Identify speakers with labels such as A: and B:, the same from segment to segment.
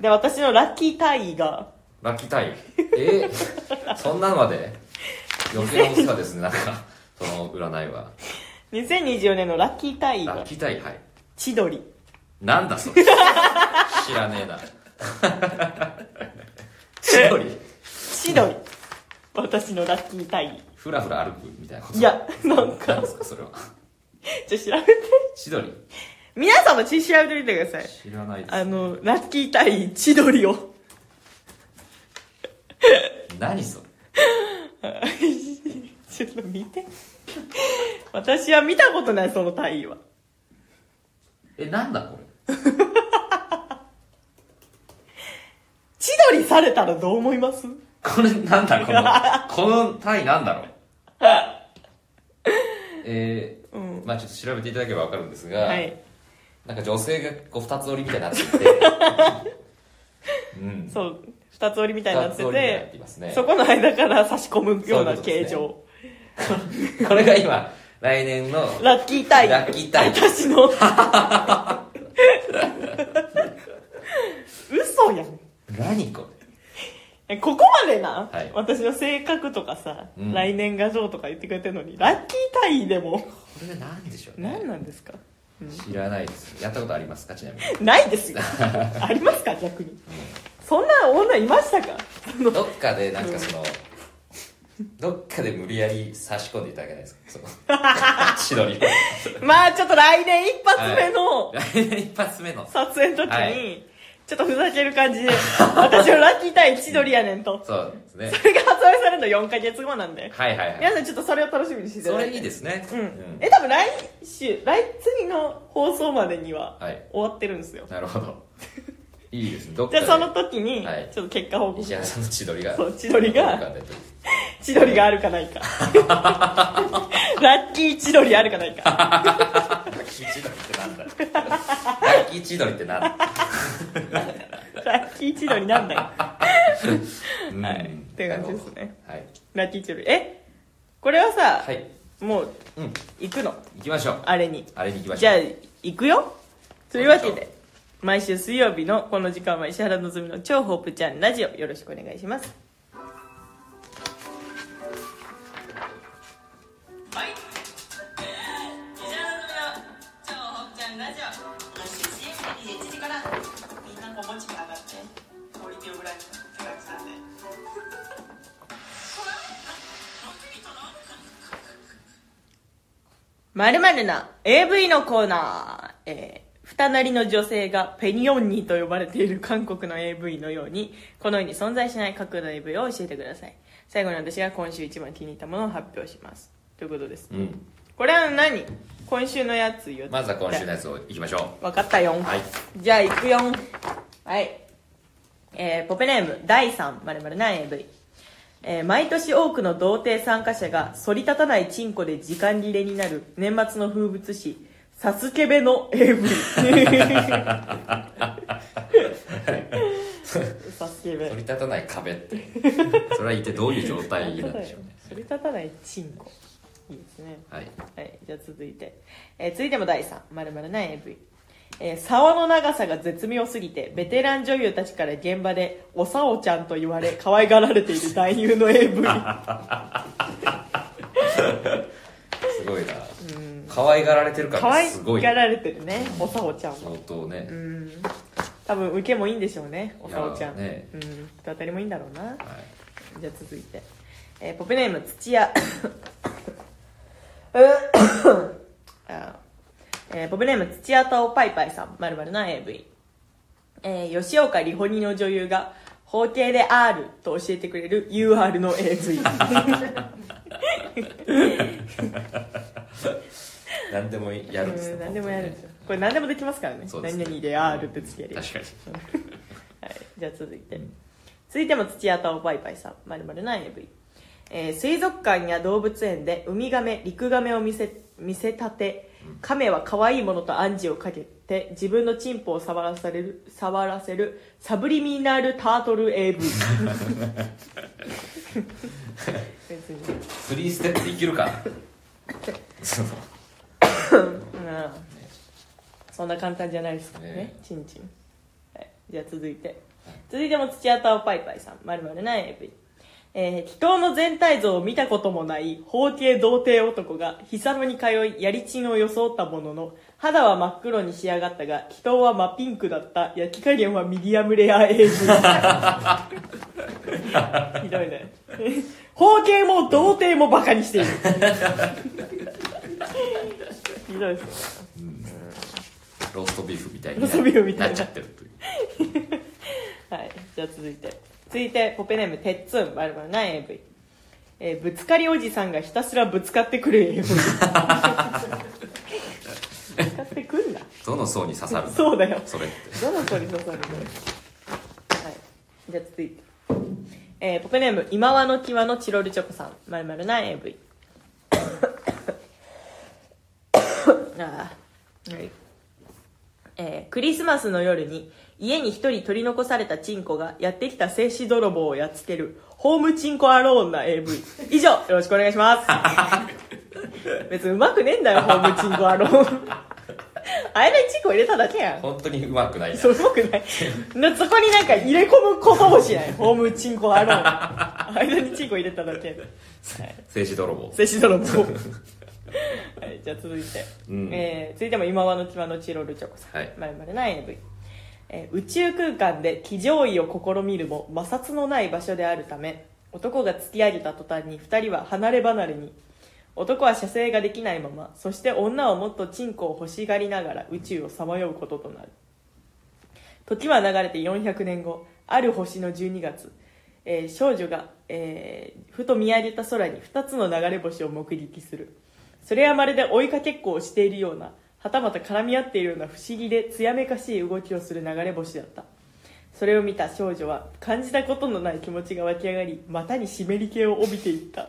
A: で私のラッキー単位が
B: 泣きたいえ ー、そんなのまで余計なお世話ですねなんかその占いは
A: 2024年のラッキー単位が
B: 泣きたいはい
A: 千鳥
B: なんだそれ知らねえな 千鳥
A: 千鳥私のラッキー単位
B: ふらふら歩くみたいなこと
A: い やなん
B: なん
A: か
B: ですかそれは
A: ちょっと調べて
B: 千鳥
A: 皆さんも調べてみてください
B: 知らないです
A: あのラッキー単位千鳥を
B: 何それ
A: ちょっと見て私は見たことないその単位は
B: えなんだこれ
A: 千鳥されたらどう思います
B: これなんだこのこの単位なんだろ うえー
A: うん
B: まあちょっと調べていただければわかるんですが、
A: はい
B: なんか女性がこう二つ折りみたいになっていてうん
A: そう二つ折りみたいになって
B: 二つ折りみたいになってていますね
A: そこの間から差し込むような
B: そういうことで
A: 形
B: すね
A: 状
B: これが今来年の
A: ラッキー単位
B: ラッキー単位
A: 私 の嘘やん
B: 何こ
A: えここまでな、
B: はい
A: 私の性格とかさ、
B: うん
A: 来年がどうとか言ってくれてるのにラッキー単位でも
B: れこれが何でしょうね
A: 何なんですか
B: 知らないですやったことありますかちなみに
A: ないです よありますか逆にそんな女いましたかその
B: どっかでなんかその、どっかで無理やり差し込んでいただけないですか その千鳥を
A: まあちょっと来年一発目の
B: 来年一発目の
A: 撮影の時に、
B: はい
A: ちょっとふざける感じで私のラッキー対一鳥やねんと
B: そうですね
A: それが発売されるの4ヶ月後なんで
B: はいはいは
A: 皆
B: い
A: さんちょっとそれを楽しみにしていた
B: そ
A: だい
B: れ
A: て
B: いいですね
A: うん、え多分来週来次の放送までには
B: はい
A: 終わってるんですよ、
B: なるほどいいですねどっ
A: じ
B: か
A: ゃあ
B: で
A: その時に
B: はい
A: ちょっと結果報告、
B: 石原さんの千鳥が
A: そう千鳥が
B: どっかでと
A: 千鳥があるかない かラッキー千鳥あるかないか
B: ラッキー千鳥ってなんだラッキー千鳥ってなんだ
A: ラッキー千鳥なんだよはい
B: うん
A: って感じですね
B: なるほ
A: ラッキー千鳥えこれはさ、
B: どはいはい
A: もう
B: うん
A: 行くの
B: 行きましょう
A: あれに
B: あれに行きましょう
A: じゃあ行くよというわけ
B: 行きまし
A: で毎週水曜日のこの時間は石原のぞみの超ホープちゃんラジオよろしくお願いしますはい石原のぞみの超ホープちゃんラジオ毎週水曜日の1時からみんなこう持ちに上がって降りてるぐらいの手が来たんでまるまるな AV のコーナー。えー二なりの女性がペニオンニと呼ばれている韓国の AV のように、この世に存在しない架空の AV を教えてください。最後に私が今週一番気に入ったものを発表します。ということです。
B: うん
A: これは何今週のやつよ。
B: まずは今週のやつを行きましょ
A: わかったよん。
B: はい
A: じゃあ行くよん。はい。えーポペネーム第3〇〇な AV。えー毎年多くの童貞参加者が反り立たないチンコで時間切れになる年末の風物詩、サスケベの AV。サ スケ
B: う
A: ベ。
B: 取り立たない壁って それは一体どういう状態なんでしょうね
A: 反り立たないチンコ。いいですね。
B: はい
A: はい、じゃあ続いて、えー続いても第3まるまるな AV、えー沢の長さが絶妙すぎてベテラン女優たちから現場で「おさおちゃん」と言われ可愛がられている男優の AV
B: すごいな可愛がられてる
A: 可
B: から
A: 愛
B: すごい
A: がられてるねおさおちゃんは
B: 相当ね
A: うん多分受けもいいんでしょうねおさおちゃん、
B: いやーね
A: うんきっと当たりもいいんだろうな
B: はい
A: じゃあ続いて、えーポペネーム土屋 あーえーポペネーム土屋とパイパイさんまるな AV、えー吉岡里帆にの女優が包茎で R と教えてくれる UR の AV
B: 何でもやるんです
A: う
B: ね
A: ん何でもやるんですよ
B: 本
A: これ何でもできますからね
B: そうです
A: 何
B: ね
A: 々で R ってつける
B: 当にね確かに
A: はい、じゃあ続いて、続いても土屋太鳳パイパイさんまるまるな AV、えー水族館や動物園でウミガメ陸ガメを見せ見せたてカメは可愛いものと暗示をかけて自分のチンポを触らされる触らせるサブリミナルタートル AV 別に
B: スリーステップでいける かなその
A: うんそんな簡単じゃないですからね
B: ね
A: ちんちん、はい、じゃあ続いて、続いても土屋太鳳パイパイさん、まるまるな AV。えー、祈祷の全体像を見たこともない、包茎童貞男が、ヒサムに通い、やりちんを装ったものの、肌は真っ黒に仕上がったが、祈祷は真ピンクだった、焼き加減はミディアムレア AV。ひどいね。包茎も童貞もバカにしている。ひどいですね。
B: ローストビーフみたいに
A: ローストビーフみたい
B: な
A: な
B: っちゃってるという
A: はい、じゃあ続いて続いてポペネームてっつんバルバルな AV、えーぶつかりおじさんがひたすらぶつかってくる AV ぶつかってくんな
B: どの層に刺さるの
A: そうだよ
B: それって
A: どの子に刺さるのはいじゃあ続いて、えーポペネーム今和の際のチロルチョコさんまるまるな AV ああはいえークリスマスの夜に家に一人取り残されたチンコがやってきた精子泥棒をやっつけるホームチンコアローンな AV 以上よろしくお願いします 別にうまくねえんだよホームチンコアロー ンあれでチンコ入れただけやん
B: 本当にうまくないな
A: そう、すごくない。なそこになんか入れ込むこともしない。ホームチンコアローン。間にチンコ入れただけ。はい。
B: 政治泥棒
A: 精子泥棒。はい、じゃあ続いて。
B: うん
A: えー、続いても今和の際のチロルチョコさん。
B: はい
A: まるまるな AV。えー宇宙空間で騎乗位を試みるも摩擦のない場所であるため、男が突き上げた途端に二人は離れ離れに。男は射精ができないまま、そして女はもっとチンコを欲しがりながら宇宙をさまようこととなる。時は流れて400年後ある星の12月、えー少女が、えーふと見上げた空に2つの流れ星を目撃するそれはまるで追いかけっこをしているようなはたまた絡み合っているような不思議で艶めかしい動きをする流れ星だったそれを見た少女は感じたことのない気持ちが湧き上がり股に湿り気を帯びていった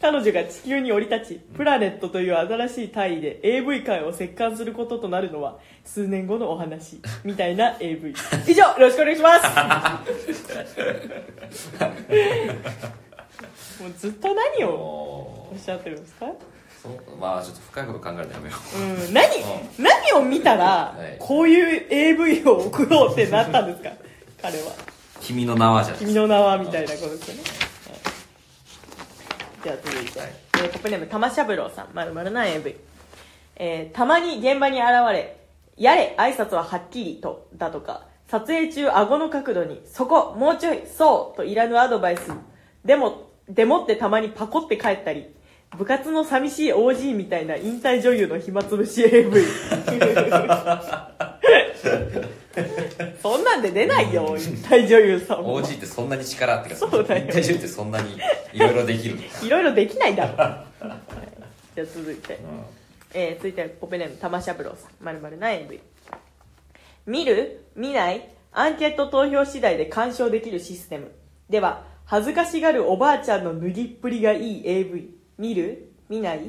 A: 彼女が地球に降り立ちプラネットという新しい単位で AV 界を席巻することとなるのは数年後のお話みたいな AV 以上よろしくお願いしますもうずっと何を
B: お
A: おっ
B: ー
A: しゃってるんですか
B: そうまあちょっと深いこと考えるのやめよ
A: うん何何を見たら
B: はい
A: こういう AV を送ろうってなったんですか彼は
B: う君の名はじゃない
A: 君の名はみたいなことですよね、はいじゃあ続いて、えー、ポップネーム玉三郎さんまるまるな AV、えーたまに現場に現れやれ挨拶ははっきりとだとか撮影中顎の角度にそこもうちょいそうといらぬアドバイスでもでもってたまにパコって帰ったり部活の寂しい OG みたいな引退女優の暇つぶし AV そんなんで出ないよ引退女優さんは
B: OG ってそんなに力ってか
A: そうだよ
B: 引退中ってそんなにいろいろできるのか
A: いろいろできないだろう はいじゃあ続いて、えー続いてポペネーム玉三郎さんまるまるな AV 見る見ないアンケート投票次第で鑑賞できるシステムでは恥ずかしがるおばあちゃんの脱ぎっぷりがいい AV 見る見ない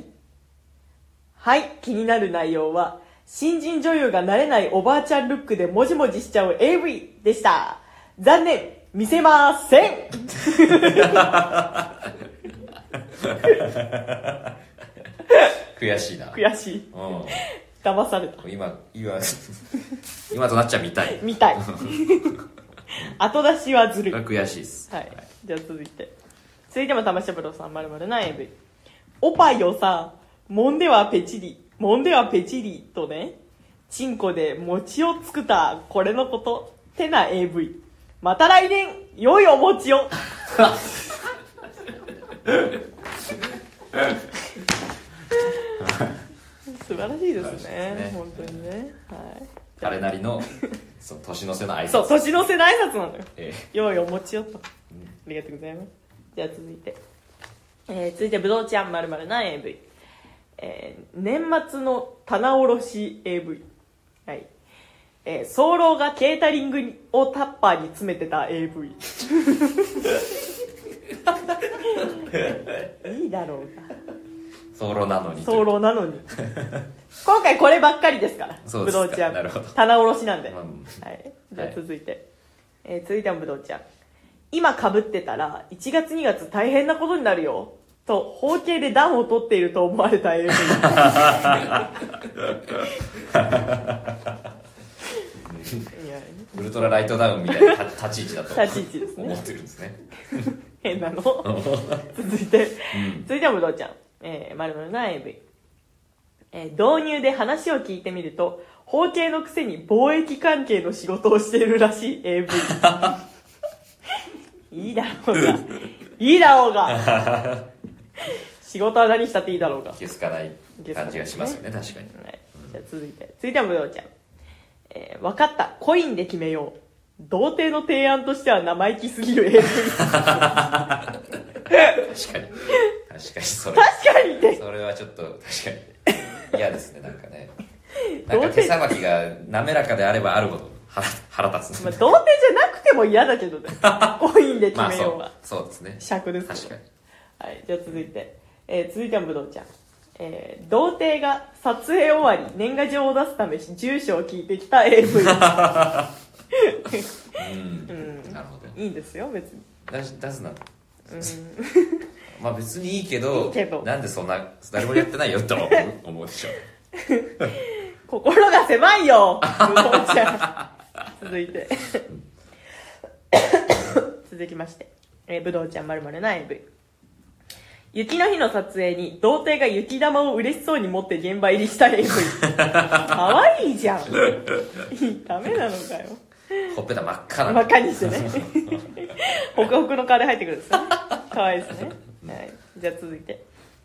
A: はい気になる内容は新人女優が慣れないおばあちゃんルックでもじもじしちゃう AV でした残念見せません
B: うん悔しいな
A: 悔しい
B: うん
A: 騙された
B: 今今 今となっちゃ見たい
A: 見たい 後出しはずるい、
B: こ
A: は
B: れ
A: い、
B: 悔しいっす
A: じゃあ続いて続いても玉しゃぶろさんまるまるな AV おぱいをさもんではペチリもんではペチリとねチンコで餅をつくたこれのことてな AV また来年良いお餅 を素晴らしいですね
B: 素晴らしいですね
A: 本当にねはい
B: 彼なりのその年の瀬の挨拶
A: そう、年の瀬の挨拶なのよ。
B: え
A: 用意お持ちよと。ありがとうございます。じゃあ続いて。えー、続いて、ぶどうちゃんまるまるな AV。えー、年末の棚卸し AV。はい。えー、早漏がケータリングをタッパーに詰めてた AV。いいだろうが。
B: ー早漏なのに
A: 早漏なのに。今回こればっかりですから。
B: そう
A: ぶ
B: です
A: ど
B: か
A: うちゃん。
B: なるほど
A: 棚卸しなんで。
B: うん
A: はい、じゃあ
B: はい
A: 続いて、えー続いてはぶどうちゃん今かぶってたら1月2月大変なことになるよと包茎で暖を取っていると思われた AV いや
B: ウルトラライトダウンみたいな立立ち位置だと
A: 立ち位置ですね
B: 思ってるんですね。
A: 変なの続いて続いてはぶどうちゃん、えー、丸々な AV、えー導入で話を聞いてみると法廷のくせに貿易関係の仕事をしているらしい AV いいだろうがいいだろうが仕事は何したっていいだろうが
B: 気づかない感じが しますよね、確かに。
A: はい、じゃあ続いて続いてはぶどうちゃん、えー、分かったコインで決めよう童貞の提案としては生意気すぎる AV
B: 確かに。確かに、そ
A: 確
B: れ。
A: かにね
B: それはちょっと、確かに。嫌ですね、なんか ね。なんか手さばきが滑らかであればあるほど腹腹立つ
A: まあ、
B: ね。
A: 童貞じゃなくても嫌だけど ねコインで決
B: まあ、
A: め
B: そ
A: よう
B: う
A: は、
B: そうですね。
A: 尺です
B: 確かに。
A: はいじゃあ続いて、えー、続いてはぶどうちゃんえー、童貞が撮影終わり年賀状を出すため住所を聞いてきた AV
B: う
A: う
B: ん。
A: ん
B: なるほど。
A: いいんですよ別に
B: 出し出すな。
A: うん
B: まあ別にいいけど、
A: いいけど
B: なんでそんな、誰もやってないよと思う思うでしょ。
A: 心が狭いよぶどうちゃん続いて続きまして、えー、ぶどうちゃんまるまるな AV 雪の日の撮影に童貞が雪玉を嬉しそうに持って現場入りした AV かわいいじゃんダメなのかよ
B: ほっぺた真っ赤な。
A: 真っ赤にしてねホクホクの顔で入ってくるんですよねかわいいですね、はい、じゃあ続いて、